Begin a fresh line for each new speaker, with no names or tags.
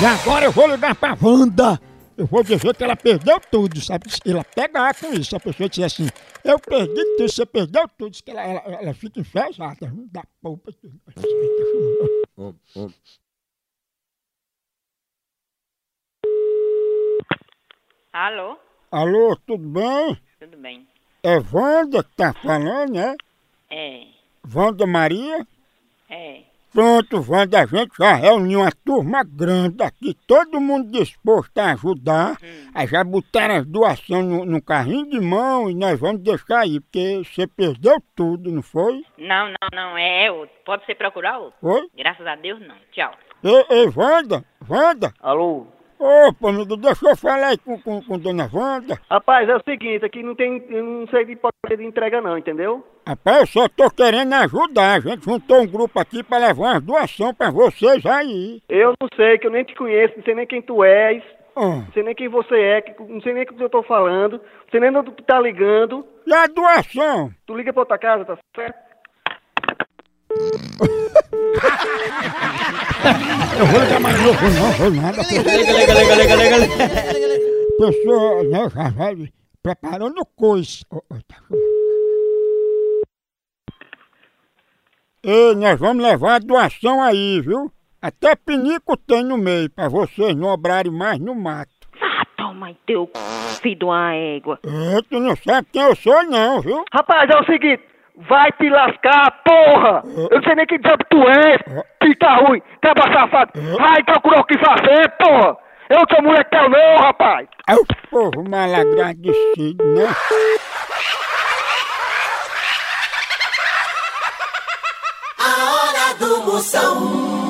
E agora eu vou ligar pra Wanda. Eu vou dizer que ela perdeu tudo, sabe? Se Ela pegar com isso. Se a pessoa disser assim, eu perdi tudo, você perdeu tudo. Diz que ela, ela, ela fica enfesada. Não dá poupa.
Alô?
Alô, tudo bem?
Tudo bem?
É Wanda que tá falando, né?
É,
Wanda Maria?
é.
Pronto, Wanda, a gente já reuniu uma turma grande aqui, todo mundo disposto a ajudar. Aí já botaram as doações no, no carrinho de mão e nós vamos deixar aí, porque você perdeu tudo, não foi?
Não, não, não, é, é outro. Pode você procurar outro?
Foi?
Graças a Deus, não. Tchau.
Ei, ei, Wanda, Wanda.
Alô?
Opa, amigo, deixa eu falar aí com, com, com Dona Wanda.
Rapaz, é o seguinte, aqui não tem, eu não sei de porcaria de entrega não, entendeu?
Rapaz, eu só tô querendo ajudar, a gente juntou um grupo aqui pra levar as doações pra vocês aí.
Eu não sei, que eu nem te conheço, não sei nem quem tu és,
Ah.
não sei nem quem você é, que- não sei nem o que eu tô falando, não sei nem onde tu tá ligando.
E a doação?
Tu liga pra outra casa, tá certo?
Eu vou ligar mais novo, não, vou nada. Pessoa, né, já vai preparando coisa. Ô, ô, tá bom. Ei, nós vamos levar a doação aí, viu? Até pinico tem no meio, pra vocês não obrarem mais no mato.
Ah, toma teu c... filho de uma égua.
É, tu não sabe quem eu sou não, viu?
Rapaz, é o seguinte, vai te lascar, porra! Eu não sei nem que diabo tu és, fica ruim, tá caba safado, vai procurar o que fazer, porra! Eu não sou moleque teu não, rapaz!
É o povo mal agradecido, né?
A hora do Moção.